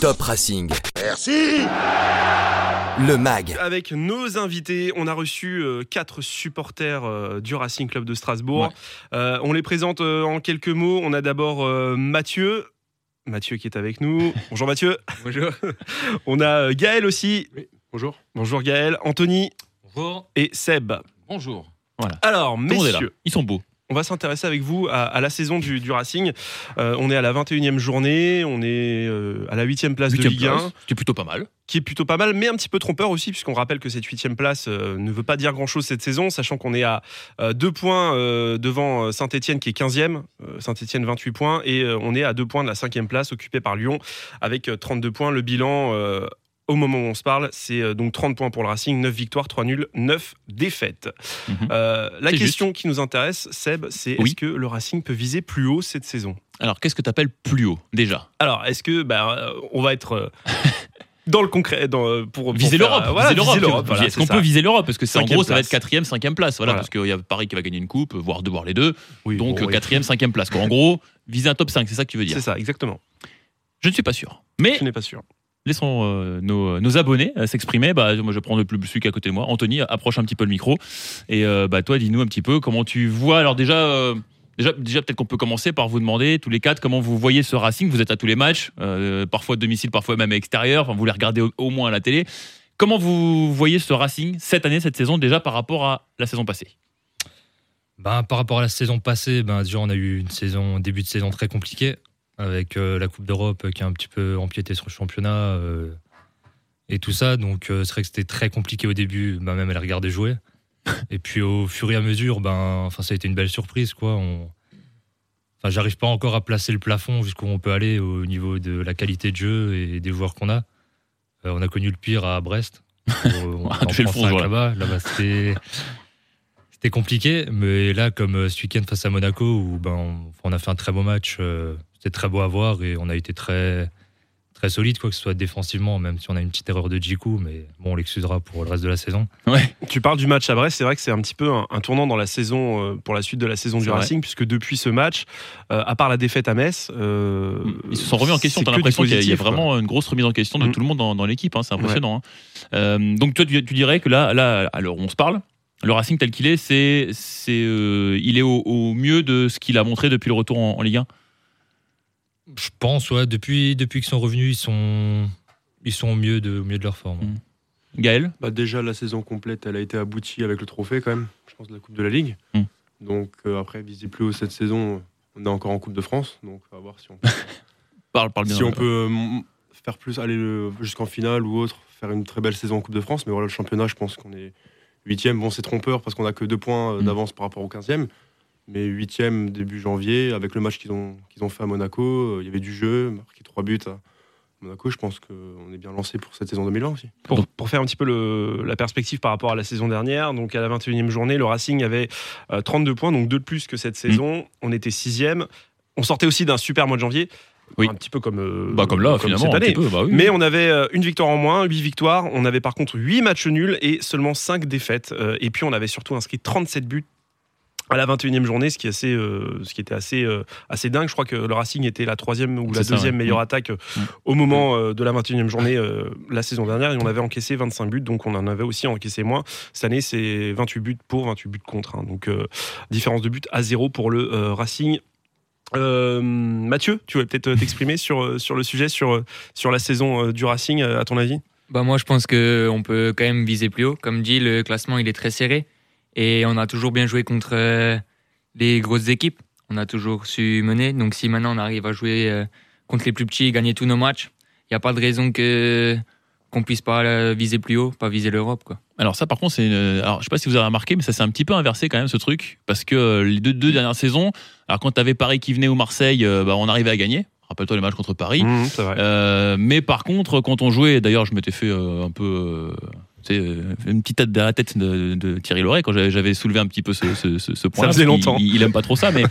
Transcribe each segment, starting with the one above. Top Racing. Merci Le MAG. Avec nos invités, on a reçu euh, quatre supporters euh, du Racing Club de Strasbourg. Ouais. Euh, on les présente euh, en quelques mots. On a d'abord euh, Mathieu. Mathieu qui est avec nous. Bonjour Mathieu. Bonjour. On a euh, Gaël aussi. Bonjour. Bonjour Gaël. Anthony Bonjour. et Seb. Bonjour. Alors, monde est là. messieurs, Ils sont beaux. On va s'intéresser avec vous à, à la saison du, du Racing. Euh, on est à la 21e journée, on est euh, à la 8e place de Huitième Ligue 1, place, C'était plutôt pas mal. qui est plutôt pas mal, mais un petit peu trompeur aussi, puisqu'on rappelle que cette 8e place euh, ne veut pas dire grand-chose cette saison, sachant qu'on est à euh, deux points euh, devant euh, Saint-Etienne, qui est 15e, euh, Saint-Etienne 28 points, et euh, on est à deux points de la 5e place, occupée par Lyon, avec euh, 32 points. Le bilan... euh, au moment où on se parle, c'est euh, donc 30 points pour le Racing, 9 victoires, 3 nuls, 9 défaites. Euh, la Mhm. C'est question qui nous intéresse, Seb, c'est Oui. est-ce que le Racing peut viser plus haut cette saison Alors, qu'est-ce que t'appelles plus haut déjà Alors, est-ce que bah, euh, on va être euh, dans le concret dans, euh, pour pour Viser faire, l'Europe. euh, voilà, viser l'Europe. voilà, Est-ce c'est qu'on ça. peut viser l'Europe Parce que c'est en Cinquième gros, ça va place. être quatrième, cinquième place. Voilà, Voilà. parce qu'il y a Paris qui va gagner une coupe, voire deux, voire les deux. Oui, Donc bon, oui, quatrième, cinquième place. quoi. En gros, viser un top 5, c'est ça que tu veux dire. C'est ça, exactement. Je ne suis pas sûr. Mais Je n'ai pas sûr. laissons euh, nos, nos abonnés euh, s'exprimer. Bah, moi, je prends le plus celui qui est à côté de moi. Anthony, euh, approche un petit peu le micro. Et euh, bah, toi, dis-nous un petit peu comment tu vois. Alors déjà, euh, déjà, déjà peut-être qu'on peut commencer par vous demander, tous les quatre, comment vous voyez ce Racing. Vous êtes à tous les matchs, euh, parfois à domicile, parfois même à extérieur. Enfin, vous les regardez au, au moins à la télé. Comment vous voyez ce Racing cette année, cette saison, déjà par rapport à la saison passée Ben, par rapport à la saison passée, ben, déjà, on a eu une saison, un début de saison très compliqué, avec euh, la Coupe d'Europe qui a un petit peu empiété sur le championnat euh, et tout ça. Donc, euh, c'est vrai que c'était très compliqué au début, ben, même à la regarder jouer. Et puis, au fur et à mesure, ben, enfin, ça a été une belle surprise. Quoi. On... Enfin, J'arrive pas encore à placer le plafond jusqu'où on peut aller au niveau de la qualité de jeu et des joueurs qu'on a. Euh, on a connu le pire à Brest. on Ah, en toucher le prend fond, cinq voilà. là-bas. Là-bas, c'était. C'était compliqué, mais là, comme euh, ce week-end face à Monaco, où ben, on, on a fait un très beau match, euh, c'était très beau à voir et on a été très, très solide, quoi que ce soit défensivement, même si on a une petite erreur de Jiku, mais bon, on l'excusera pour le reste de la saison. Tu parles du match à Brest, c'est vrai que c'est un petit peu un, un tournant dans la saison euh, pour la suite de la saison du C'est vrai. Racing, puisque depuis ce match, euh, à part la défaite à Metz, euh, Ils se sont remis en question. c'est T'as que du l'impression qu'il y a- il y a positif, quoi. vraiment une grosse remise en question de Mhm. tout le monde dans, dans l'équipe. hein, c'est impressionnant. hein. Euh, donc toi, tu, tu dirais que là, là, alors on se parle. Le Racing tel qu'il est, c'est, c'est, euh, il est au, au mieux de ce qu'il a montré depuis le retour en, en Ligue 1. Je pense, ouais, depuis, depuis qu'ils sont revenus, ils sont, ils sont au, mieux de, au mieux de leur forme. Mm. Gaël, Bah déjà, la saison complète, elle a été aboutie avec le trophée, quand même, je pense, de la Coupe de la Ligue. Mm. Donc, euh, après, viser plus haut cette saison, on est encore en Coupe de France. Donc, à voir si on peut, parle, parle bien. si on peut euh, m- faire plus, aller euh, jusqu'en finale ou autre, faire une très belle saison en Coupe de France. Mais voilà, le championnat, je pense qu'on est 8 Bon, c'est trompeur parce qu'on a que deux points euh, Mm. d'avance par rapport au 15e. Mais 8 début janvier, avec le match qu'ils ont, qu'ils ont fait à Monaco, euh, il y avait du jeu, marqué trois buts à Monaco. Je pense qu'on est bien lancé pour cette saison 2001 aussi. Pour, pour faire un petit peu le- la perspective par rapport à la saison dernière, donc à la 21e journée, le Racing avait euh, 32 points, donc deux de plus que cette Mm. saison. On était sixième. On sortait aussi d'un super mois de janvier, Oui. un petit peu comme, euh, Bah, comme là, finalement, cette un petit année. peu, bah oui. Mais on avait euh, une victoire en moins, huit victoires. On avait par contre huit matchs nuls et seulement cinq défaites. Euh, Et puis on avait surtout inscrit 37 buts à la 21e journée, ce qui, est assez, euh, ce qui était assez, euh, assez dingue. Je crois que le Racing était la troisième ou la C'est ça, deuxième ouais. meilleure attaque euh, Mm. au moment euh, de la 21e journée euh, la saison dernière. Et on avait encaissé 25 buts, donc on en avait aussi encaissé moins. Cette année, c'est 28 buts pour, 28 buts contre. hein. Donc euh, différence de but à zéro pour le euh, Racing. Euh, Mathieu, tu voulais peut-être euh, t'exprimer sur, euh, sur le sujet, sur, euh, sur la saison euh, du Racing, euh, à ton avis Bah moi, je pense qu'on peut quand même viser plus haut. Comme dit, le classement, il est très serré. Et on a toujours bien joué contre euh, les grosses équipes. On a toujours su mener. Donc si maintenant on arrive à jouer euh, contre les plus petits et gagner tous nos matchs, il n'y a pas de raison que qu'on puisse pas euh, viser plus haut, pas viser l'Europe. quoi. Alors ça, par contre, c'est. une- Alors, je sais pas si vous avez remarqué, mais ça s'est un petit peu inversé quand même ce truc, parce que euh, les deux, deux dernières saisons, alors quand t'avais Paris qui venait ou Marseille, euh, bah, on arrivait à gagner. Rappelle-toi le match contre Paris. Mhm, C'est vrai. Euh, mais par contre, quand on jouait, d'ailleurs, je m'étais fait euh, un peu. euh, tu sais, euh, une petite tête dans la tête de, de Thierry Loret quand j'avais j'avais soulevé un petit peu ce, ce, ce, ce point. faisait longtemps. Il, il aime pas trop ça, mais,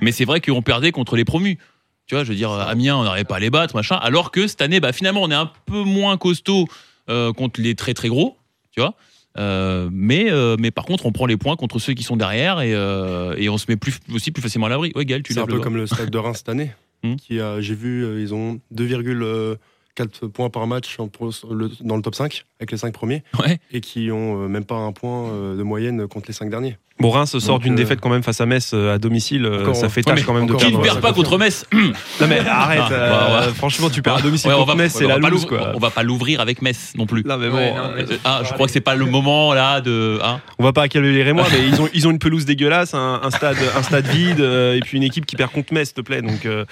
mais c'est vrai qu'on perdait contre les promus. Tu vois, je veux dire, Amiens, on n'arrivait pas à les battre, machin. Alors que cette année, bah, finalement, on est un peu moins costaud euh, contre les très très gros, tu vois. Euh, mais, euh, mais par contre, on prend les points contre ceux qui sont derrière et, euh, et on se met plus, aussi plus facilement à l'abri. Ouais, Gaël, tu C'est l'as un peu comme le stade de Reims cette année. Hmm. qui a- J'ai vu, euh, ils ont 2,4 4 points par match en pro- le- dans le top 5, avec les 5 premiers, Ouais. et qui ont euh, même pas un point euh, de moyenne contre les 5 derniers. Bon, Reims sort Donc, d'une euh, défaite quand même face à Metz euh, à domicile. euh, Encore, ça fait ouais, tâche mais quand même de encore, Qui perdre. euh, ne ouais, perd ça pas confirme. contre Metz Non, mais arrête. Ah, euh, ouais, ouais. Franchement, tu perds à domicile Ouais, on contre va, Metz, ouais, c'est on la va pas loose, l'ouvrir- quoi. On va pas l'ouvrir avec Metz non plus. Non, mais bon, Ouais, non, mais- euh, Ah, je crois que c'est pas le moment là de. hein. on va pas accaler les moi mais ils ont, ils ont une pelouse dégueulasse, un, un stade, un stade vide, euh, et puis une équipe qui perd contre Metz, s'il te plaît. Donc, euh,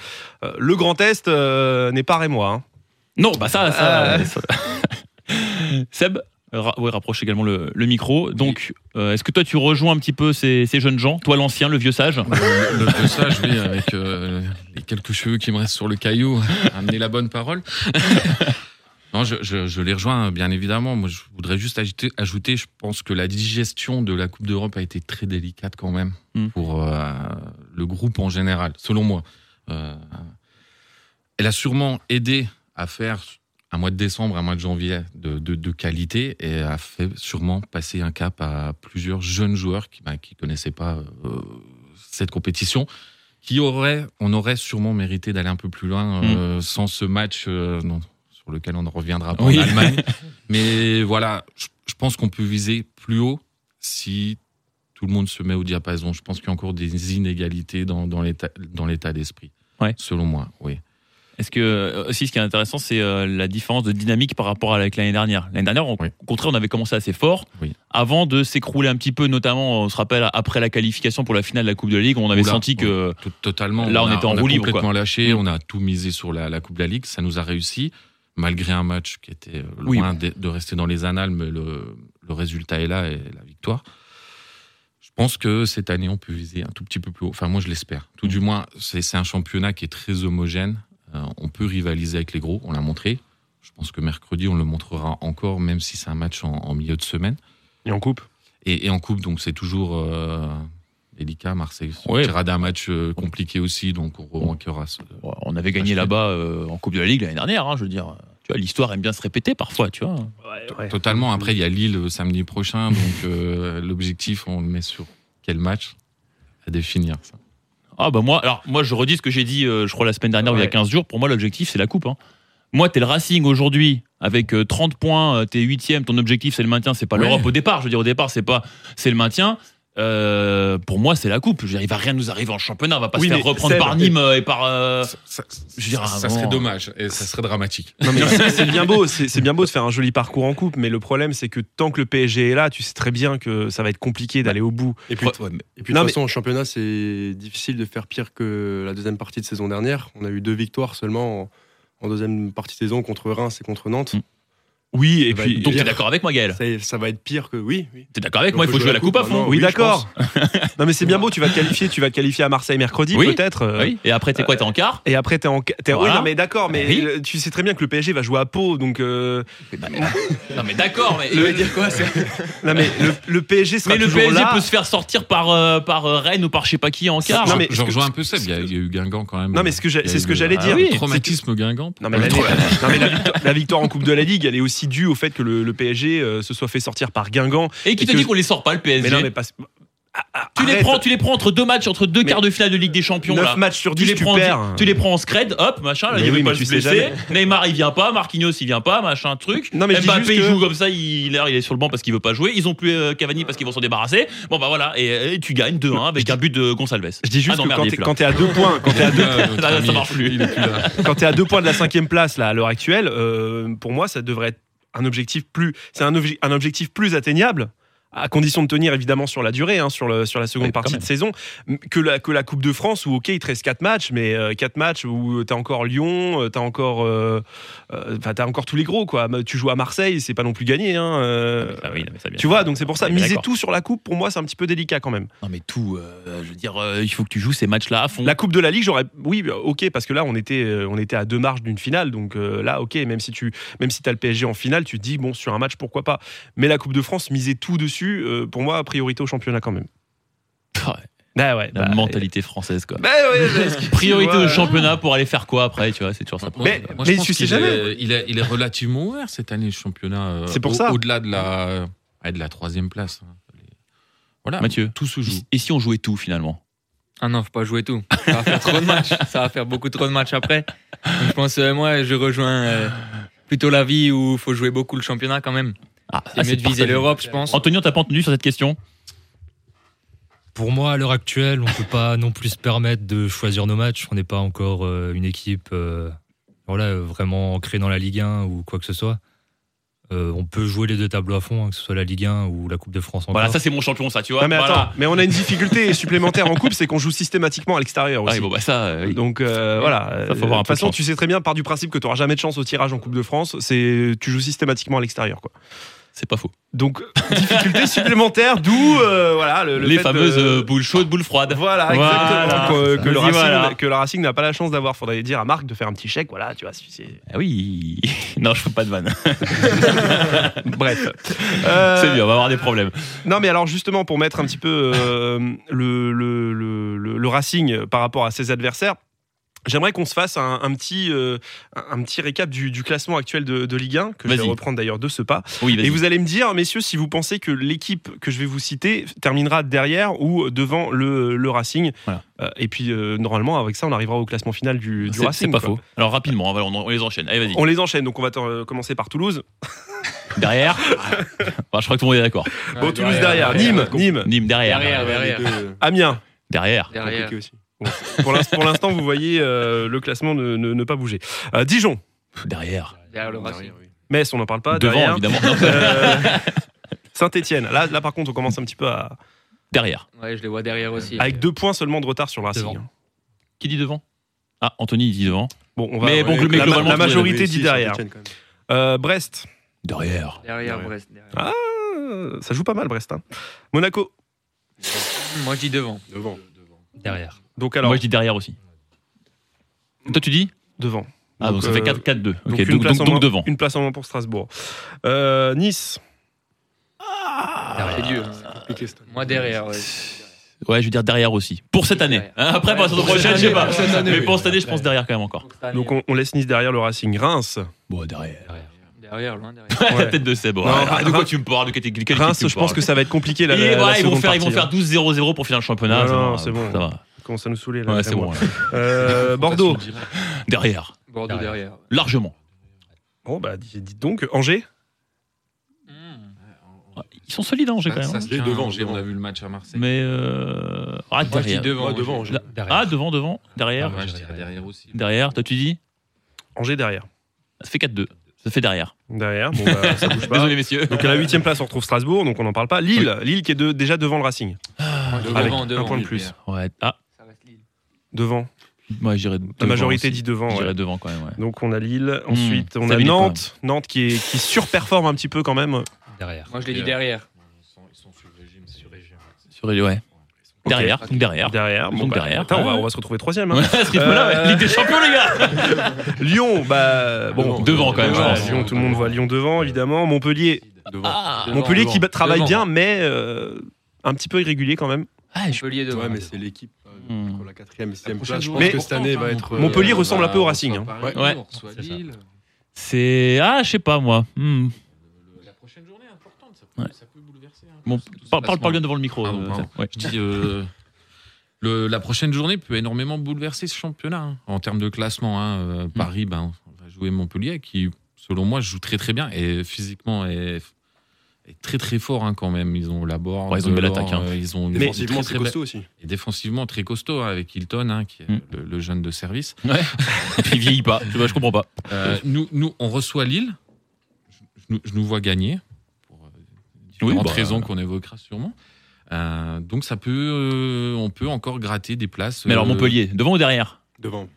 euh, le Grand Est euh, n'est pas rémois. hein. Non, bah ça, ça. Ah. ça- Seb, ra- ouais, rapproche également le, le micro. Donc, euh, est-ce que toi, tu rejoins un petit peu ces, ces jeunes gens Toi, l'ancien, le vieux sage le, le sage, oui, avec euh, les quelques cheveux qui me restent sur le caillou, amener la bonne parole. non, je, je- je les rejoins, bien évidemment. Moi, je voudrais juste ajouter, ajouter, je pense que la digestion de la Coupe d'Europe a été très délicate quand même Mm. pour euh, le groupe en général, selon moi. Euh, elle a sûrement aidé à faire un mois de décembre, un mois de janvier de, de- de qualité et a fait sûrement passer un cap à plusieurs jeunes joueurs qui ne connaissaient pas euh, cette compétition. Qui aurait, on aurait sûrement mérité d'aller un peu plus loin euh, sans ce match euh, non, sur lequel on ne reviendra pas Hmm. Oui. en Allemagne. Mais voilà, je, je pense qu'on peut viser plus haut si tout le monde se met au diapason. Je pense qu'il y a encore des inégalités dans, dans l'état dans l'état d'esprit, Ouais. selon moi. Oui. Est-ce que euh, aussi ce qui est intéressant, c'est euh, la différence de dynamique par rapport à la- avec l'année dernière. L'année dernière, on- Oui. au contraire, on avait commencé assez fort, Oui. avant de s'écrouler un petit peu, notamment, on se rappelle après la qualification pour la finale de la Coupe de la Ligue, on avait Oula, senti que Tout- totalement. Là, on a- était en a roue libre, complètement lâché. Mm. On a tout misé sur la, la Coupe de la Ligue. Ça nous a réussi, malgré un match qui était euh, Oui, loin de, de rester dans les annales, mais le, le résultat est là et la victoire. Je pense que cette année, on peut viser un tout petit peu plus haut. Enfin, moi, je l'espère. Mm. Tout du moins, c'est c'est un championnat qui est très homogène. Euh, on peut rivaliser avec les gros, on l'a montré. Je pense que mercredi, on le montrera encore, même si c'est un match en- en milieu de semaine. Et en coupe. Et, et en coupe, donc c'est toujours euh, délicat. Marseille Ouais. tirera d'un match euh, compliqué aussi, donc on remanquera. ce- on avait gagné là-bas euh, en Coupe de la Ligue l'année dernière. hein, je veux dire, tu vois, l'histoire aime bien se répéter parfois, tu vois. Totalement. Après, il y a Lille euh, samedi prochain, donc euh, l'objectif, on le met sur quel match à définir. Ça. Ah bah moi, alors moi je redis ce que j'ai dit, euh, je crois la semaine dernière ou il y a Ouais. 15 jours. Pour moi l'objectif c'est la coupe. hein. Moi t'es le Racing aujourd'hui avec euh, 30 points, euh, t'es huitième, ton objectif c'est le maintien, c'est pas Ouais. l'Europe au départ. Je veux dire au départ c'est pas, c'est le maintien. Euh, pour moi c'est la coupe. Je veux dire, il va rien nous arriver en championnat, on va pas Oui, se faire mais reprendre Seb- par Nîmes euh, et par. euh, Ça, ça- je veux dire, ça- à un ça moment- serait dommage et ça serait dramatique. Non, mais c'est c'est bien beau, c'est c'est bien beau de faire un joli parcours en coupe, mais le problème c'est que tant que le PSG est là, tu sais très bien que ça va être compliqué d'aller au bout. Et puis, Ouais, et puis Non, de mais- toute façon, en championnat, c'est difficile de faire pire que la deuxième partie de saison dernière. On a eu deux victoires seulement en, en deuxième partie de saison contre Reims et contre Nantes. Mm. Oui, et Bah, puis Donc t'es Hier- d'accord avec moi Gaël Ça, ça va être pire que. Oui, oui. T'es d'accord avec On moi Il peut faut jouer la coupe à fond. maintenant, Oui, je d'accord. non, mais c'est bien beau, tu vas te qualifier, tu vas te qualifier à Marseille mercredi, Oui. peut-être. euh, Oui. Et après t'es quoi T'es en quart Et après, t'es en. T'es... Voilà. Oui, non, mais d'accord, mais Oui. le- tu sais très bien que le PSG va jouer à Pau, donc. euh, Non mais d'accord, mais. Non, mais le, le PSG sera Mais le toujours PSG là. peut se faire sortir par, euh, par euh, Rennes ou par je sais pas qui en quart. Non, Non, mais mais ce J'en que- rejoins un peu Seb. Il y, a- il y a eu Guingamp quand même. Non, mais ce que j'ai- Il y a c'est ce eu que le- j'allais ah dire. oui, C'est que- traumatisme Guingamp. Non, mais, la, non, mais la victoire, la victoire en Coupe de la Ligue, elle est aussi due au fait que le, le PSG euh, se soit fait sortir par Guingamp. Et qui Et te que- dit qu'on les sort pas le PSG Mais non, mais pas. Ah, ah, Tu les, arrête. prends, tu les prends entre deux matchs, entre deux Mais- quarts de finale de Ligue des Champions. 9 là. matchs sur Tu 10, les, tu, prends, perds. tu les prends en scred, hop, machin, là, Mais il oui, veut mais pas tu se sais blesser. Neymar, il vient pas, Marquinhos, il vient pas, machin, truc. Non, mais je dis Mbappé, juste il que- joue comme ça, il, l'air, il est sur le banc parce qu'il veut pas jouer. Ils ont plus euh, Cavani parce qu'ils vont s'en débarrasser. Bon, bah voilà, et, et tu gagnes 2-1 avec un but de Gonçalves. Je dis juste Ah non, que merde, quand il est t'es- plus là. quand t'es à deux points, quand t'es à deux, Là, ça marche plus. Il est plus là. quand t'es à deux points de la cinquième place là à l'heure actuelle, euh, pour moi ça devrait être un objectif plus, c'est un, obje- un objectif plus atteignable à condition de tenir évidemment sur la durée, hein, sur, le, sur la seconde Oui, quand partie même. de saison, m- que la, que la Coupe de France où ok il te reste 4 matchs, mais 4 matchs où t'as encore Lyon, euh, t'as encore, euh, euh, enfin, t'as encore tous les gros quoi. Mais Tu joues à Marseille, c'est pas non plus gagné. hein, euh, Ah oui, non, mais ça, bien. tu vois, donc c'est pour ça, On est bien miser d'accord. tout sur la Coupe, pour moi c'est un petit peu délicat quand même. Non, mais tout, euh, je veux dire, euh, il faut que tu joues ces matchs-là à fond. La Coupe de la Ligue, j'aurais oui, ok, parce que là on était, euh, on était à deux marches d'une finale, donc euh, là ok, même si tu, même si t'as le PSG en finale, tu te dis bon sur un match pourquoi pas. Mais la Coupe de France miser tout dessus, euh, pour moi priorité au championnat quand même. Ouais, Bah ouais, la bah, mentalité française, quoi. Bah ouais, parce que tu Priorité vois, au championnat pour aller faire quoi après, tu vois, c'est toujours ça. Mais- Moi, je mais pense tu sais qu'il jamais. est- il, est, il est relativement ouvert cette année, le championnat. euh, C'est pour au- ça. Au-delà de la, ouais, de la troisième place. hein. Voilà, Mathieu, tout se joue. et si on jouait tout finalement Ah non, faut pas jouer tout. Ça va faire trop de matchs. Ça va faire beaucoup trop de matchs après. Donc, je pense, euh, moi, je rejoins euh, plutôt la vie où il faut jouer beaucoup le championnat quand même. Ah, C'est mieux de viser l'Europe, je pense. Antonio, t'as pas entendu sur cette question Pour moi, à l'heure actuelle, on peut pas non plus se permettre de choisir nos matchs. On n'est pas encore euh, une équipe euh, voilà, euh, vraiment ancrée dans la Ligue 1 ou quoi que ce soit. Euh, on peut jouer les deux tableaux à fond, hein, que ce soit la Ligue 1 ou la Coupe de France. Voilà, encore. ça c'est mon champion, ça, tu vois. Non, mais attends, Voilà. mais on a une difficulté supplémentaire en coupe, c'est qu'on joue systématiquement à l'extérieur Ah aussi. oui, bon, bah ça, euh, oui. Donc euh, voilà. Ça, faut avoir un de toute peu de façon, chance. tu sais très bien, par du principe que tu n'auras jamais de chance au tirage en Coupe de France, c'est tu joues systématiquement à l'extérieur. quoi. c'est pas faux. Donc, difficulté supplémentaire, d'où euh, voilà, le, le Les fait de- fameuses euh, boules chaudes, boules froides. Voilà, Voilà. exactement. euh, Que, que le Vas-y, Racing, voilà. que le Racing n'a pas la chance d'avoir. Faudrait dire à Marc de faire un petit chèque, voilà, tu vois. si c'est- Ah oui. non, je fais pas de vanne. Bref. Euh, C'est bien, on va avoir des problèmes. Non, mais alors justement, pour mettre un petit peu euh, le, le, le- le- le Racing par rapport à ses adversaires, j'aimerais qu'on se fasse un, un petit, euh, un un petit récap du, du classement actuel de, de Ligue 1, que je vais Vas-y. reprendre d'ailleurs de ce pas. Oui, vas-y. Et vous allez me dire, messieurs, si vous pensez que l'équipe que je vais vous citer terminera derrière ou devant le, le Racing. Voilà. Euh, et puis, euh, normalement, avec ça, on arrivera au classement final du, du C'est- Racing. C'est pas quoi. faux. Alors rapidement, hein, voilà, on, on les enchaîne. Allez, vas-y. On les enchaîne, donc on va euh, commencer par Toulouse. Derrière. Enfin, je crois que tout le monde est d'accord. bon, Toulouse derrière, Nîmes, Nîmes, Nîmes derrière. Ah, Derrière. Les deux, Amiens. Derrière. euh, Derrière. compliqué aussi. Pour l'ins- pour l'instant, vous voyez euh, le classement ne, ne- ne pas bouger. Euh, Dijon, Derrière. Derrière le Racing. Derrière, oui. Metz, on n'en parle pas. Devant, derrière. évidemment. Non, Saint-Etienne. Là, là, par contre, on commence un petit peu à. derrière. Ouais, je les vois derrière aussi. Avec deux points seulement de retard sur le Racing. hein. Devant. Qui dit devant Ah, Anthony il dit devant. Bon, on va. Mais bon, ouais, mais la, globalement, la Toulouse, majorité Oui, dit si, derrière. Saint-Étienne, quand même. Euh, Brest, Derrière. Derrière Derrière. Brest. derrière. Ah. Euh, ça joue pas mal Brest. hein. Monaco. Moi, je dis devant. Devant. Derrière. Donc alors Moi, je dis derrière aussi. Toi, tu dis devant. Ah, donc, ça euh, fait 4-4-2. Ok, une donc, donc, place en donc moins- devant. Une place en moins pour Strasbourg. Euh, nice. Ah. Ah, C'est derrière. dur. Compliqué, cette année. Moi, derrière. ouais. Ouais, je veux dire derrière aussi. Pour cette année. Derrière. Hein, après, Ouais, pour la saison pour cette prochaine, je année, sais pas. pour cette année, Mais oui, pour cette année, je pense derrière quand même encore. Donc on, on laisse Nice derrière le Racing. Reims. Bon, derrière. Derrière, loin derrière. Ouais. La tête de Seb. Non, Ah, De quoi Reims- tu me parles De quelle- quelle équipe tu Reims, me je pense parles que ça va être compliqué la, Et la- la voilà, ils vont seconde faire, ils vont partie, faire hein. 12-0-0 pour finir le championnat. Non, ça non, va, c'est bon. Ça va. Ça commence à nous saouler là. Ouais, c'est vraiment. bon. là. Euh, Bordeaux. Derrière. Bordeaux Derrière. derrière. Largement. Bon bah dis- dites donc Angers. Ils sont solides, Angers, quand même. Ça hein. se J'ai tient, devant, on j'ai devant. a vu le match à Marseille. Mais. euh, Ah, Moi, je dis derrière. devant. Moi, moi, devant, je- Angers. Là- Ah, devant, devant. Ah, Derrière. Ouais, je dirais derrière aussi. Derrière. Toi, tu dis Angers derrière. Ça fait 4-2. Ça fait derrière. Derrière. Bon bah ça bouge pas. Désolé, messieurs. Donc à la huitième place on retrouve Strasbourg, donc on n'en parle pas. Lille, Lille qui est de- déjà devant le Racing. Ah, Moi, je dis Avec devant, un point devant. de plus. Ouais. Ah, Ça reste Lille. Devant. moi, j'irais. La majorité dit dit devant. ouais. J'irais devant quand même, ouais. Donc on a Lille, ensuite on Hmm. ça a m'énerve pas. Nantes, Nantes qui, est- qui surperforme un petit peu quand même. euh, Derrière. Moi, je l'ai dit derrière. Ils sont, ils sont sur régime. Sur régime. Sur les- ouais. Derrière, Ah. donc derrière. Derrière, Ils bon, sont bah, derrière. attends, on, va, Ouais. on va se retrouver troisième. hein. Ouais, à ce rythme-là, ouais. Euh, Ligue des Champions, les gars Lyon, bah bon, Devant, Ah devant, quand même, je Ouais, pense. Lyon, tout le monde voit Lyon devant, évidemment. Montpellier, Devant. Ah, Devant, Montpellier qui devant. travaille Devant. bien, hein. mais euh, un petit peu irrégulier quand même. Ah, je- Montpellier devant. Ouais, mais c'est l'équipe. euh, Hmm. entre La quatrième et sixième La place. Je prochaine pense journée, que cette année va être. euh, Montpellier ressemble un peu au Racing, hein. Ouais. Ouais. hein. bah, Soit C'est ça. Lille. C'est. Ah, je sais pas, moi. Hmm. La prochaine journée est importante. Ça Ouais. peut, ça peut bouleverser. un peu Bon, tout par- ce parle, classement. parle bien devant le micro. Pardon, euh, Ah, pardon. ouais. Je dis, euh, le- la prochaine journée peut énormément bouleverser ce championnat hein, en termes de classement. hein. Euh, Mm. Paris, ben, on va jouer Montpellier, qui, selon moi, joue très très bien et physiquement est, est très très fort hein, quand même. Ils ont la board, Ouais, ils ont une belle Delors, attaque, hein. euh, Ils ont une Défensivement, très, c'est très belle- costaud aussi. Et défensivement, très costaud hein, avec Hilton, hein, qui est Mm. le, le jeune de service. Il vieillit pas. Je, je comprends pas. Euh, nous, nous, on reçoit Lille. Je, je nous- je nous vois gagner. Pour euh, Oui, différentes bah, raisons qu'on évoquera sûrement. Euh, donc, ça peut, euh, on peut encore gratter des places. Mais alors, euh, Montpellier, devant ou derrière Devant.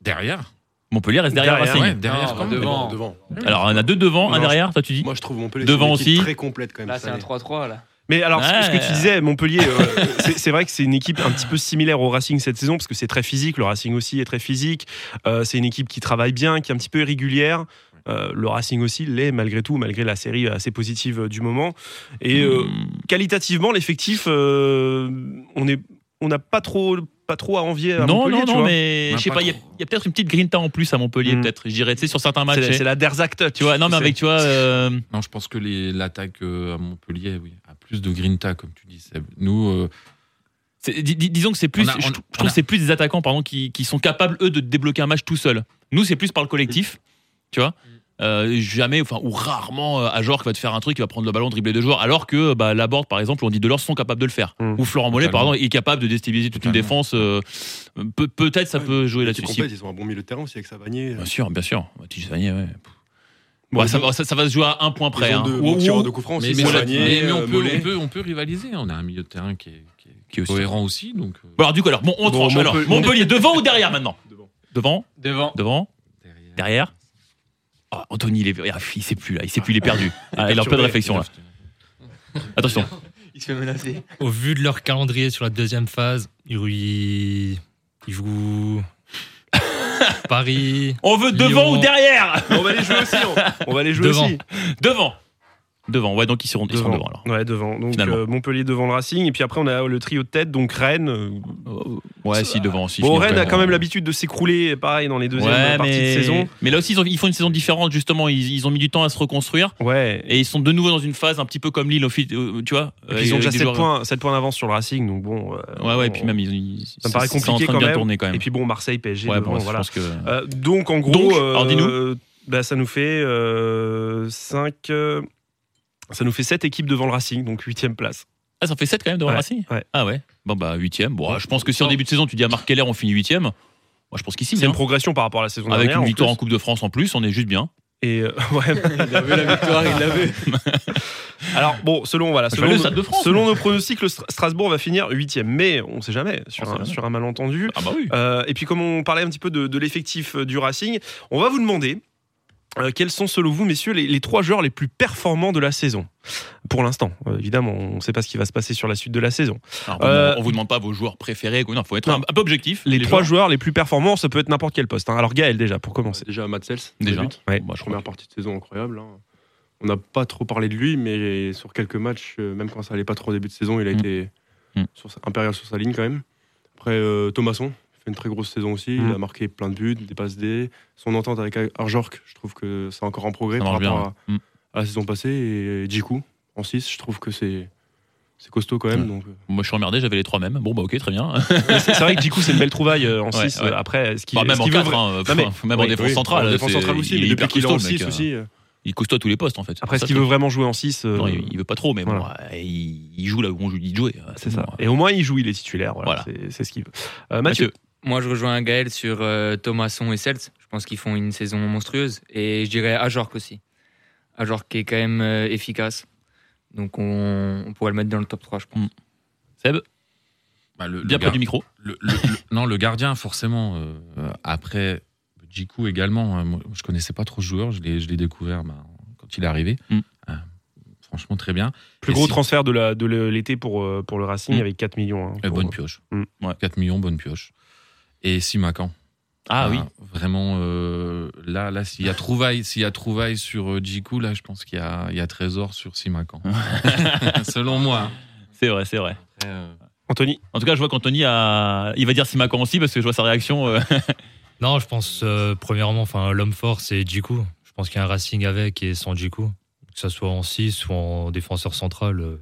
Derrière Montpellier reste derrière, Derrière, Racing. Ouais, derrière Non, quand même. devant. Devant. Alors, on a deux devant, un Non, derrière, toi, tu dis Moi, je trouve Montpellier. Devant c'est une équipe aussi. Très complète quand même. Là, cette c'est un année. 3-3, là. Mais alors, ce- ce que Ouais. tu disais, Montpellier, euh, c'est c'est vrai que c'est une équipe un petit peu similaire au Racing cette saison, parce que c'est très physique, le Racing aussi est très physique, Euh, c'est une équipe qui travaille bien, qui est un petit peu irrégulière, Euh, le Racing aussi l'est malgré tout, malgré la série assez positive euh, du moment, et euh, Hmm. qualitativement, l'effectif, euh, on est- on n'a pas trop, pas trop à envier à Non, Montpellier, non, tu non, vois. mais On a je sais pas pas, il y a, trop. il y a peut-être une petite grinta en plus à Montpellier, Hmm. peut-être. Je dirais, tu sais, sur certains matchs. C'est la- tu c'est sais. la Derzac Touch. Tu vois, non, mais C'est- avec, tu vois. euh, Non, je pense que les- l'attaque euh, à Montpellier oui, a plus de grinta, comme tu dis, Seb. Nous, euh, C'est- dis- dis- disons que c'est plus, On a- on- je, trou- je on trouve a- que c'est plus des attaquants pardon, qui, qui sont capables, eux, de débloquer un match tout seul. Nous, c'est plus par le collectif, tu vois. Mm. Euh, jamais, enfin, ou rarement, euh, Ajor qui va te faire un truc, qui va prendre le ballon, dribbler deux joueurs, alors que bah, Laborde, par exemple, on dit Delors, sont capables de le faire. Mm. Ou Florent Mollet, Totalement. pardon, est capable de déstabiliser toute une Totalement. défense. euh, peut- Peut-être ça Ouais, peut jouer Et là-dessus. Si- ils ont un bon milieu de terrain aussi avec Savanier. Bien sûr, bien sûr. Bah, Tiges Sagnier, ouais. Bon, Bah, ça, ils va- ça- ça va se jouer à un point près. Ils ont hein. deux Ou- bons tireurs ou- de coups francs, Mais, aussi, mais- Savanier, mais- mais on, euh, peut, Mollet. on peut- on peut rivaliser. On a un milieu de terrain qui est, qui est- qui est aussi. cohérent aussi. Donc, euh, Bon, Alors, du coup, alors, bon, on Bon, tranche. alors, Montpellier- Montpellier, devant ou derrière maintenant Devant, Devant. devant, derrière. derrière. Ah, Anthony, il, est... ah, il sait plus là, il sait plus, il est perdu. Ah, il est en pleine réflexion là. Attention. Il se fait menacer. Au vu de leur calendrier sur la deuxième phase, ils, ils jouent Paris. On veut devant ou Lyon. derrière On va les jouer aussi. hein. On, on va les jouer Devant. aussi. Devant. Devant, ouais, donc ils seront ils seront devant, alors. Ouais, devant. Donc Finalement. euh, Montpellier devant le Racing. Et puis après, on a le trio de tête, donc Rennes. euh, Ouais, si, devant. Si, Bon, finalement, Rennes a quand devant. même l'habitude de s'écrouler, pareil, dans les deuxièmes Ouais, parties mais... de saison. mais là aussi, ils, ont- ils font une saison différente, justement. Ils, ils ont mis du temps à se reconstruire. Ouais. Et ils sont de nouveau dans une phase un petit peu comme Lille, au fil- euh, tu vois. Et puis ils ont euh, déjà des 7 joueurs- points, 7 points d'avance sur le Racing, donc bon. euh, Ouais, ouais, et on- puis même, ils, ils- Ça me paraît c'est- c'est en compliqué train de quand bien même. tourner quand même. Et puis bon, Marseille, PSG, ouais, devant, bon, voilà. je pense que. Euh, donc en gros, Donc, alors, dis-nous. euh, bah, ça nous fait 5 ça nous fait 7 équipes devant le Racing, donc 8 place. Ah, ça en fait 7 quand même devant Ouais, Racing ouais. Ah ouais. Bon, bah, 8 Bon, ah, je pense que si en début de saison, tu dis à Marc Keller, on finit 8 Moi, je pense qu'ici, C'est une progression par rapport à la saison hein. Avec dernière. une en victoire en plus. Coupe de France en plus, on est juste bien. Et euh, ouais. Il a vu la victoire, il l'a vu. Alors bon, selon voilà, Je selon, valide nos- ça de France, selon nos pronostics, le Stra- Strasbourg va finir 8 mais on sait jamais sur, On sait un, jamais. sur un malentendu. Ah bah oui. Euh, et puis comme on parlait un petit peu de, de l'effectif euh, du Racing, on va vous demander euh, quels sont selon vous, messieurs, les, les trois joueurs les plus performants de la saison Pour l'instant, euh, évidemment, on ne sait pas ce qui va se passer sur la suite de la saison. Alors, on- euh, on vous demande pas vos joueurs préférés. quoi. Non, faut être Non. un, un peu objectif. Les, trois joueurs. les plus performants, ça peut être n'importe quel poste. hein. Alors Gaël déjà, pour Bon, commencer. c'est déjà Matt Sels, Déjà. débute. Ouais. Bah, je crois. Première partie de saison incroyable. hein. On n'a pas trop parlé de lui, mais sur quelques matchs, euh, même quand ça allait pas trop au début de saison, il a Mm. été Mm. sur sa- impérial sur sa ligne quand même. Après, euh, Thomasson fait une très grosse saison aussi. Mm. Il a marqué plein de buts, des passes D. Son entente avec Arjork, je trouve que c'est encore en progrès Ça par marche bien. rapport ouais. Mm. à, à la saison passée. Et Djikou, en 6, je trouve que c'est c'est costaud quand même. Ouais. Donc, euh, Moi, je suis emmerdé, j'avais les trois mêmes. Bon, bah, ok, très bien. c'est c'est vrai que Djikou, c'est une belle trouvaille euh, en Ouais, 6. ouais. Après, ce qui, Bah, ce même en qui veut quatre, vra- hein, Non, mais- enfin, même en oui, défense centrale. euh, en défense c'est- centrale aussi, il mais est depuis hyper qu'il est en costaud, le mec, 6 hein. aussi. euh, Il est costaud à tous les postes, en fait. après, hein. Ça, ce qu'il c'est- veut vraiment jouer en euh, 6. Non, il, il veut pas trop, mais bon, ouais, il, il joue là où on lui dit de jouer. C'est ça. bon, ouais. Et au moins, il joue, il est titulaire. Voilà, Voilà. c'est- C'est ce qu'il veut. Euh, Mathieu, Moi, je rejoins Gaël sur euh, Thomasson et Seltz. Je pense qu'ils font une saison monstrueuse. Et je dirais Ajorc aussi. Ajorc qui est quand même euh, efficace. Donc, on, on pourrait le mettre dans le top 3, je pense. Mm. Seb, Bah, le- le bien gar- près du micro. le- le- le- non, le gardien, forcément. euh, euh, après, Jiku également. hein, moi, je connaissais pas trop ce joueur. Je l'ai je l'ai découvert bah, quand il est arrivé. Mm. Euh, franchement, très bien. plus Et gros si- transfert de la- de l'été pour, euh, pour le Racing Mm. avec 4 millions. hein, Euh, pour- bonne pioche. Mm. Ouais. 4 millions, bonne pioche. Et Simacan. Ah oui. Vraiment, euh, là, là s'il y a trouvaille, s'il y a trouvaille sur euh, Jiku, là, je pense qu'il y a, il y a trésor sur Simacan. Selon moi. hein. C'est vrai, c'est vrai. Après, euh, Anthony, En tout cas, je vois qu'Anthony a. Il va dire Simacan aussi parce que je vois sa réaction. euh, Non, je pense euh, premièrement, enfin l'homme fort c'est Djikou. Je pense qu'il y a un Racing avec et sans Djikou, que ça soit en 6 ou en défenseur central. euh,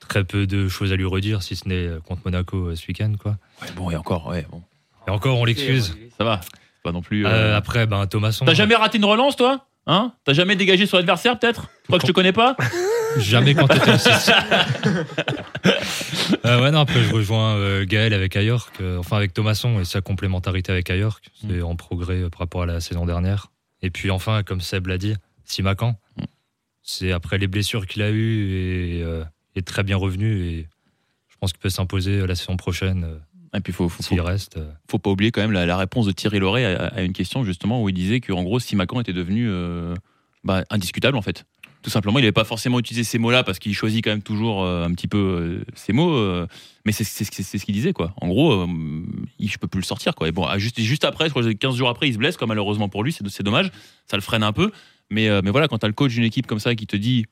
très peu de choses à lui redire, si ce n'est euh, contre Monaco euh, ce week-end quoi. Ouais, bon, et encore, ouais, bon. Et encore on l'excuse. Ça va. C'est Pas non plus. euh, Euh, après ben Thomasson. T'as jamais raté une relance, toi Hein T'as jamais dégagé sur l'adversaire, peut-être Je crois que je te connais pas Jamais quand t'étais en 6. Euh, ouais, non, après, je rejoins euh, Gaël avec Ayork, euh, enfin avec Thomasson et sa complémentarité avec Ayork. Mm. C'est en progrès euh, par rapport à la saison dernière. Et puis enfin, comme Seb l'a dit, Simakan. Mm. C'est après les blessures qu'il a eues et euh, est très bien revenu. Et je pense qu'il peut s'imposer euh, la saison prochaine euh, Et puis, faut, faut, faut, s'il reste. euh. faut pas oublier quand même la, la réponse de Thierry Loret à, à une question, justement, où il disait qu'en gros, Simacan était devenu euh, bah, indiscutable, en fait. Tout simplement, il n'avait pas forcément utilisé ces mots-là parce qu'il choisit quand même toujours euh, un petit peu euh, ces mots, euh, mais c'est c'est- c'est- c'est ce qu'il disait, quoi. En gros, euh, il- je peux plus le sortir, quoi. Et bon, ah, juste, juste après, je crois que 15 jours après, il se blesse, quoi, malheureusement pour lui, c'est c'est dommage, ça le freine un peu. Mais, euh, mais voilà, quand t'as le coach d'une équipe comme ça qui te dit,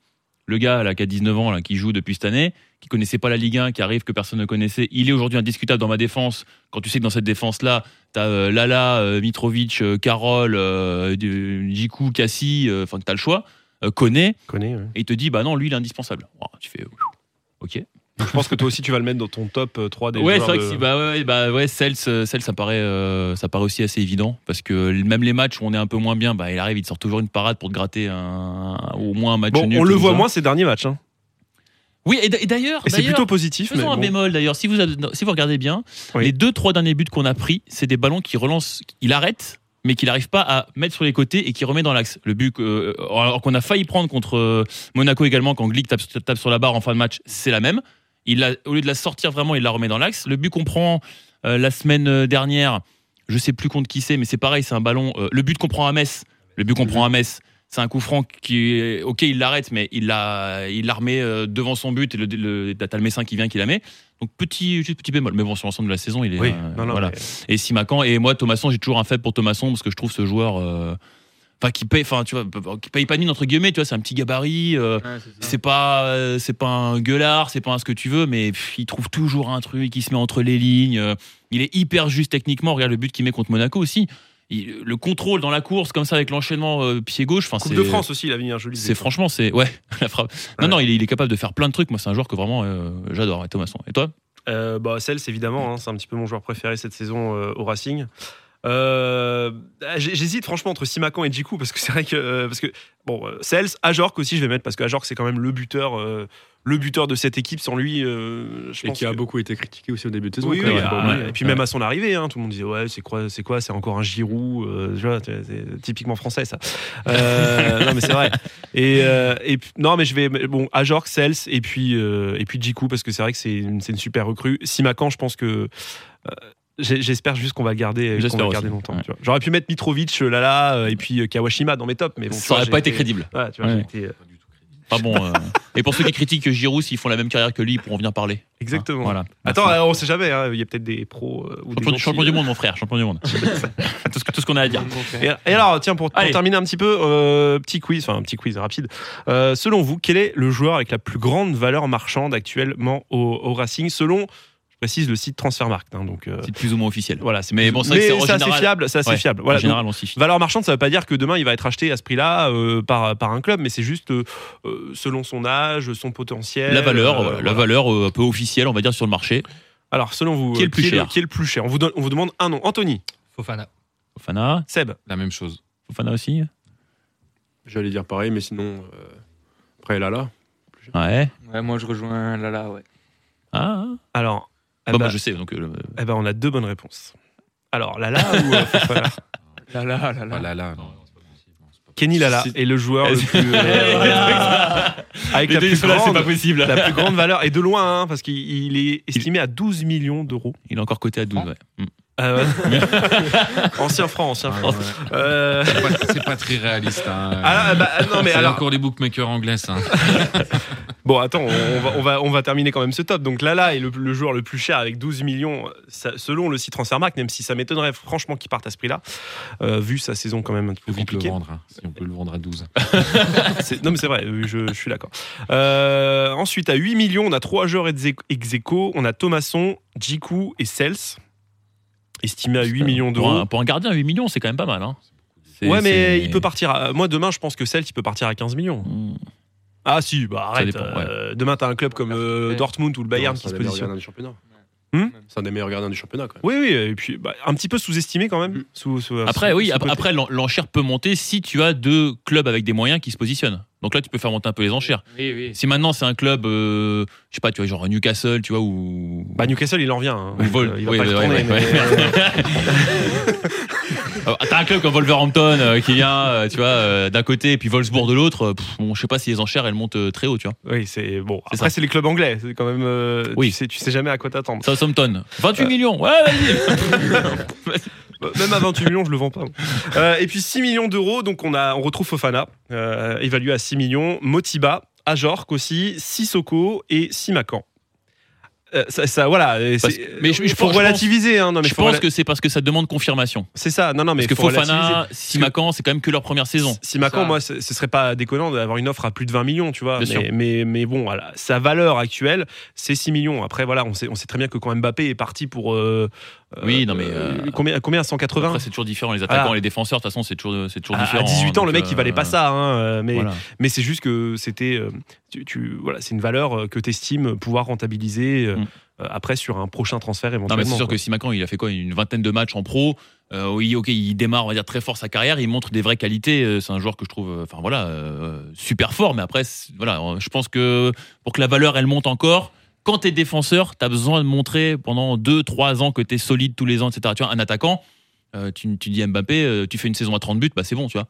le gars là, qui a 19 ans, là, qui joue depuis cette année, qui connaissait pas la Ligue 1, qui arrive que personne ne connaissait, il est aujourd'hui indiscutable dans ma défense, quand tu sais que dans cette défense-là, t'as euh, Lala, euh, Mitrovic, euh, Carole, euh, du- Djikou, Cassie, euh, enfin que t'as le choix, euh, connaît, connais. ouais. et il te dit, bah non, lui, il est indispensable. Oh, tu fais, ouf, ok. Je pense que toi aussi, tu vas le mettre dans ton top euh, 3 des ouais, c'est joueurs vrai de- que si- bah ouais, bah ouais, Cels, euh, Cels, ça paraît, euh, ça paraît aussi assez évident parce que même les matchs où on est un peu moins bien, bah il arrive, il te sort toujours une parade pour te gratter un, au moins un match Bon, nul on comme le voit ça. moins ces derniers matchs. hein. Oui, et d'a- et d'ailleurs, Et c'est d'ailleurs, plutôt positif. Mais Faisons un bon. bémol d'ailleurs. Si vous, ad- si vous regardez bien, Oui. les deux, trois derniers buts qu'on a pris, c'est des ballons qui relancent, il arrête, mais qu'il n'arrive pas à mettre sur les côtés et qui remet dans l'axe. Le but, que- euh, alors qu'on a failli prendre contre euh, Monaco également, quand Glick tape, tape sur la barre en fin de match, c'est la même. Il la- au lieu de la sortir vraiment, il la remet dans l'axe. Le but qu'on prend euh, la semaine dernière, je sais plus contre qui c'est, mais c'est pareil, c'est un ballon. euh, le but qu'on prend à Metz, le but qu'on prend à Metz, c'est un coup franc qui, est- ok, il l'arrête, mais il la, il la remet euh, devant son but et le, le, t'as le Messin qui vient, qui la met. Donc petit, juste petit bémol. Mais bon, sur l'ensemble de la saison, il est. Oui, euh, non, non, voilà. mais- Et Simacan et moi, Thomasson, j'ai toujours un faible pour Thomasson parce que je trouve ce joueur, euh, enfin, qui paye, enfin, tu vois, qui paye pas de mine entre guillemets. Tu vois, c'est un petit gabarit. euh, c'est pas, euh, c'est pas un gueulard, c'est pas un ce que tu veux, mais pff, il trouve toujours un truc, il se met entre les lignes. euh, il est hyper juste techniquement. Regarde le but qu'il met contre Monaco aussi. Il- le contrôle dans la course comme ça avec l'enchaînement euh, pied gauche. Enfin, Coupe c'est- de France aussi, il a mis un joli. hein. c'est franchement, c'est ouais, la frappe. Non, Ouais. non, il est, il est capable de faire plein de trucs. Moi, c'est un joueur que vraiment euh, j'adore. Et Thomasson. Et toi Euh, bah, Cels, évidemment, hein, c'est un petit peu mon joueur préféré cette saison euh, au Racing. Euh, j'ai- J'hésite franchement entre Simakan et Djikou parce que c'est vrai que euh, parce que bon euh, Cels, Ajorc aussi je vais mettre parce que Ajorc c'est quand même le buteur euh, le buteur de cette équipe sans lui euh, je Et pense qui a que- beaucoup été critiqué aussi au début de saison. oui, quand oui, même. ouais, ah, Bon, ouais. et puis même à son arrivée hein, tout le monde disait ouais c'est quoi c'est quoi c'est encore un Giroud euh, tu vois, c'est- c'est typiquement français ça Euh, non mais c'est vrai et, euh, et puis- non mais je vais bon Ajorc Cels et puis euh, et puis Djikou parce que c'est vrai que c'est une, c'est une super recrue Simakan je pense que euh, j'ai- J'espère juste qu'on va le garder, qu'on va J'espère le garder aussi, longtemps. ouais. tu vois. J'aurais pu mettre Mitrovic, euh, Lala euh, et puis euh, Kawashima dans mes tops, mais bon. tu Ça vois, aurait pas j'ai été crédible. Ouais, tu vois, j'ai Ouais. été, euh, Pas bon. euh. Et pour ceux qui critiquent Giroud, s'ils font la même carrière que lui, ils pourront venir parler. Hein, Exactement. Voilà. Attends, euh, on sait jamais, hein, il y a peut-être des pros euh, ou des Ah, Champion, gentils, champion euh, du monde, mon frère, champion du monde. tout ce que- tout ce qu'on a à dire. Et, et alors, tiens, pour, pour Allez. terminer un petit peu, euh, petit quiz, enfin un petit quiz rapide. Euh, selon vous, quel est le joueur avec la plus grande valeur marchande actuellement au, au Racing Selon, je précise, le site Transfermarkt. hein, donc euh, C'est plus ou moins officiel. voilà, c'est Mais bon, c'est vrai mais que c'est en c'est assez général- fiable, c'est assez Ouais, fiable. Voilà, en donc, général, on s'y fie. Valeur marchande, ça ne veut pas dire que demain il va être acheté à ce prix-là euh, par, par un club, mais c'est juste euh, euh, selon son âge, son potentiel. La valeur, euh, voilà, la voilà. valeur euh, un peu officielle, on va dire, sur le marché. Alors, selon vous, Qui est euh, le plus cher qui est le plus cher on vous, donne- on vous demande un nom. Anthony, Fofana. Fofana, Seb, La même chose. Fofana aussi. J'allais dire pareil, mais sinon, euh, après Lala. Ouais. Ouais, moi, je rejoins Lala, ouais. Ah. ah. alors. eh Bah, ben, moi, je sais. Donc, euh, eh ben, on a deux bonnes réponses. Alors, Lala ou euh, Fofana Lala, Pas Lala. Ah là, là, non. Kenny Lala est le joueur le plus. euh, avec la plus, grande, possible. la plus grande valeur, et de loin, hein, parce qu'il il est estimé à 12 millions d'euros. Il est encore coté à 12, ouais. Mm. Euh, ancien franc, ancien franc. Ah, ouais. Euh, C'est pas- C'est pas très réaliste. hein. ah, bah, non, mais C'est alors, encore les bookmakers anglais, ça. Bon, attends, on on va, on va, on va terminer quand même ce top. Donc Lala est le, le joueur le plus cher avec 12 millions, ça- selon le site Transfermarkt, même si ça m'étonnerait franchement qu'il parte à ce prix-là, euh, vu sa saison quand même un petit peu Faut vite le compliquée. vendre, hein, si on peut le vendre à 12. C'est- Non mais c'est vrai, euh, je, je suis d'accord. Euh, ensuite, à 8 millions, on a trois joueurs ex ex aequo. On a Thomasson, Djikou et Cels, estimés à 8 millions Pour d'euros. un, pour un gardien, 8 millions, c'est quand même pas mal. Hein. C'est- Ouais, mais c'est- il peut partir. À... Moi, demain, je pense que Cels, il peut partir à 15 millions. Mm. Ah si, bah arrête. dépend, euh, demain, t'as un club comme euh, Dortmund ou le Bayern Non, qui c'est se un des meilleurs positionne. gardiens du championnat. Hmm c'est un des meilleurs gardiens du championnat, quand même. Oui, oui, et puis bah, un petit peu sous-estimé quand même. Mm. Sous, sous- Après, sous- oui, sous-coté. ap- après, l'en- l'enchère peut monter si tu as deux clubs avec des moyens qui se positionnent. Donc là, tu peux faire monter un peu les enchères. Oui, oui. Si maintenant c'est un club, euh, je sais pas, tu vois, genre Newcastle, tu vois, ou. Bah, Newcastle, il en revient. hein. Ou Vol- Il va oui, pas le ouais, tourner, ouais, mais- Ah, T'as un club comme Wolverhampton euh, qui vient, euh, tu vois, euh, d'un côté et puis Wolfsburg de l'autre. euh, pff, bon, je sais pas si les enchères elles montent euh, très haut, tu vois. Oui, c'est bon. C'est Après, ça. c'est les clubs anglais. C'est quand même. euh, Oui. Tu sais, tu sais jamais à quoi t'attendre. Southampton, 28 Euh. millions. Ouais, vas-y. Bah, Même à 28 millions, je le vends pas. Euh, et puis 6 millions d'euros. Donc, on, a, on retrouve Fofana, euh, évalué à 6 millions. Motiba, Ajorc aussi, Sissoko et Simakan. Euh, ça, ça, voilà. et Parce- c'est- mais je- je faut pense- je relativiser. hein, non, mais je faut pense rela- que c'est parce que ça demande confirmation. C'est ça. Non, non, mais parce que faut relativiser. Fofana, Simacan, c'est quand même que leur première saison. Si Macan, Ça. moi, ce ce serait pas déconnant d'avoir une offre à plus de 20 millions, tu vois. Bien mais, sûr. mais, mais bon, voilà, sa valeur actuelle, c'est 6 millions. Après, voilà, on sait, on sait très bien que quand Mbappé est parti pour, euh, Oui, non, mais, euh, combien, combien à 180 Après, c'est toujours différent. Les attaquants Voilà. et les défenseurs, de toute façon, c'est toujours, c'est toujours à, à différent. 18 ans, le mec, il valait pas ça ça. hein, euh, mais hein, Voilà. mais c'est juste que c'était. euh, Tu, tu- voilà, c'est une valeur euh, que tu estimes pouvoir rentabiliser euh, Mm. euh, après sur un prochain transfert Non, éventuellement. mais c'est sûr quoi. que si Macan, il a fait quoi Une vingtaine de matchs en pro. euh, oui, ok, il démarre, on va dire, très fort sa carrière. Il montre des vraies qualités. euh, C'est un joueur que je trouve, euh, enfin voilà, euh, super fort. Mais après, c'est- voilà, euh, je pense que pour que la valeur, elle monte encore, quand t'es défenseur, t'as besoin de montrer pendant 2-3 ans que t'es solide tous les ans, etc. Tu vois, un attaquant, euh, tu, tu dis à Mbappé, euh, tu fais une saison à 30 buts, bah c'est bon, tu vois.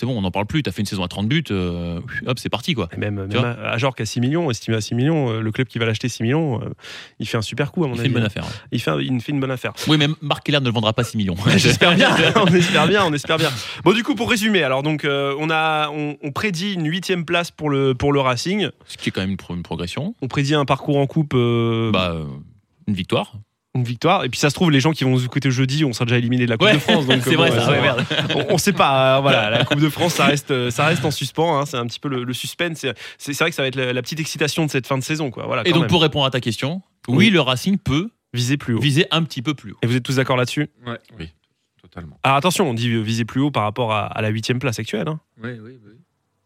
C'est bon, on n'en parle plus. T'as fait une saison à 30 buts, euh, hop, c'est parti, quoi. Et même, euh, même vois à à Jorque à 6 millions, estimé à 6 millions, euh, le club qui va l'acheter 6 millions, euh, il fait un super coup à mon Il fait avis. une bonne affaire. hein. Il fait, un- il fait une bonne affaire. Oui, mais Marc Keller ne le vendra pas 6 millions. J'espère bien, on espère bien, on espère bien. Bon, du coup, pour résumer, alors donc euh, on a, on, on prédit une huitième place pour le pour le Racing. Ce qui est quand même une pro- une progression. On prédit un parcours en coupe, euh, bah, euh, une victoire. une victoire. Et puis ça se trouve, les gens qui vont nous écouter jeudi, on sera déjà éliminé de la Coupe de France. donc, c'est euh, vrai, bon, ça, euh, ouais, merde. on, on sait pas. euh, voilà, la Coupe de France, ça reste, euh, ça reste en suspens. hein, c'est un petit peu le, le suspense. C'est- C'est c'est vrai que ça va être la, la petite excitation de cette fin de saison, quoi. Voilà. Et Ah, quand donc, même. pour répondre à ta question, oui, Oui. le Racing peut viser plus haut. viser un petit peu plus haut. Et vous êtes tous d'accord là-dessus Totalement. Alors attention, on dit euh, viser plus haut par rapport à, à la huitième place actuelle. hein. Oui, oui, oui.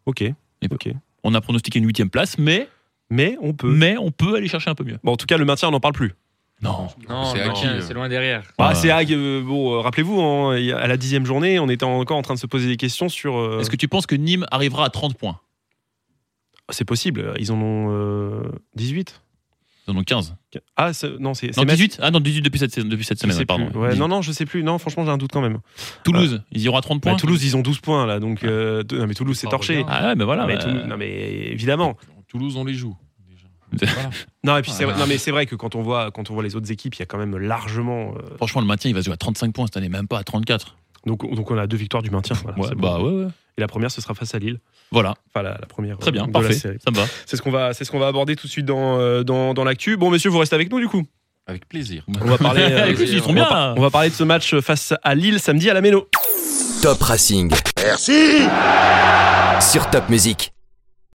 Ok. Ok. On a pronostiqué une huitième place, mais, Mais on peut. mais on peut aller chercher un peu mieux. Bon, en tout cas, le maintien, on n'en parle plus. Non. Non, C'est non, acquis, euh. c'est loin derrière. Ah, Ouais. c'est Hague. euh, bon, euh, rappelez-vous, hein, il y a- à la dixième journée, on était encore en train de se poser des questions sur. euh, Est-ce que tu penses que Nîmes arrivera à 30 points c'est possible Ils en ont euh, 18 Ils en ont 15. Ah c'est- non, c'est. Non, c'est Metz. 18 Ah non, 18 depuis cette, saison- depuis cette Je semaine, sais pardon. plus. Ouais, non, non, je sais plus. Non, franchement, j'ai un doute quand même. Toulouse, ils iront à 30 points Bah, Toulouse, ils ont 12 points là, donc euh, t- non, mais Toulouse, c'est Ah, torché. regarde. Ah ouais, mais voilà. Non, mais bah, Toulouse- non, mais évidemment. Toulouse, on les joue. déjà. C'est- Voilà. Non, et puis c'est Ah. non, mais c'est vrai que quand on voit quand on voit les autres équipes, il y a quand même largement. euh, Franchement, le maintien, il va se jouer à 35 points cette année, même pas à 34. donc donc on a deux victoires du maintien. Voilà, ouais, c'est bon. bah ouais, ouais. Et la première, ce sera face à Lille. Voilà, Enfin la, la première. très euh, bien, de la parfait. Ça série. me va. C'est ce qu'on va c'est ce qu'on va aborder tout de suite dans euh, dans, dans l'actu. Bon, messieurs, vous restez avec nous du coup. Avec plaisir. On va parler. euh, Écoute, ils sont bien. là. on va parler de ce match face à Lille samedi à la Méno. Top Racing. Merci Sur Top Music.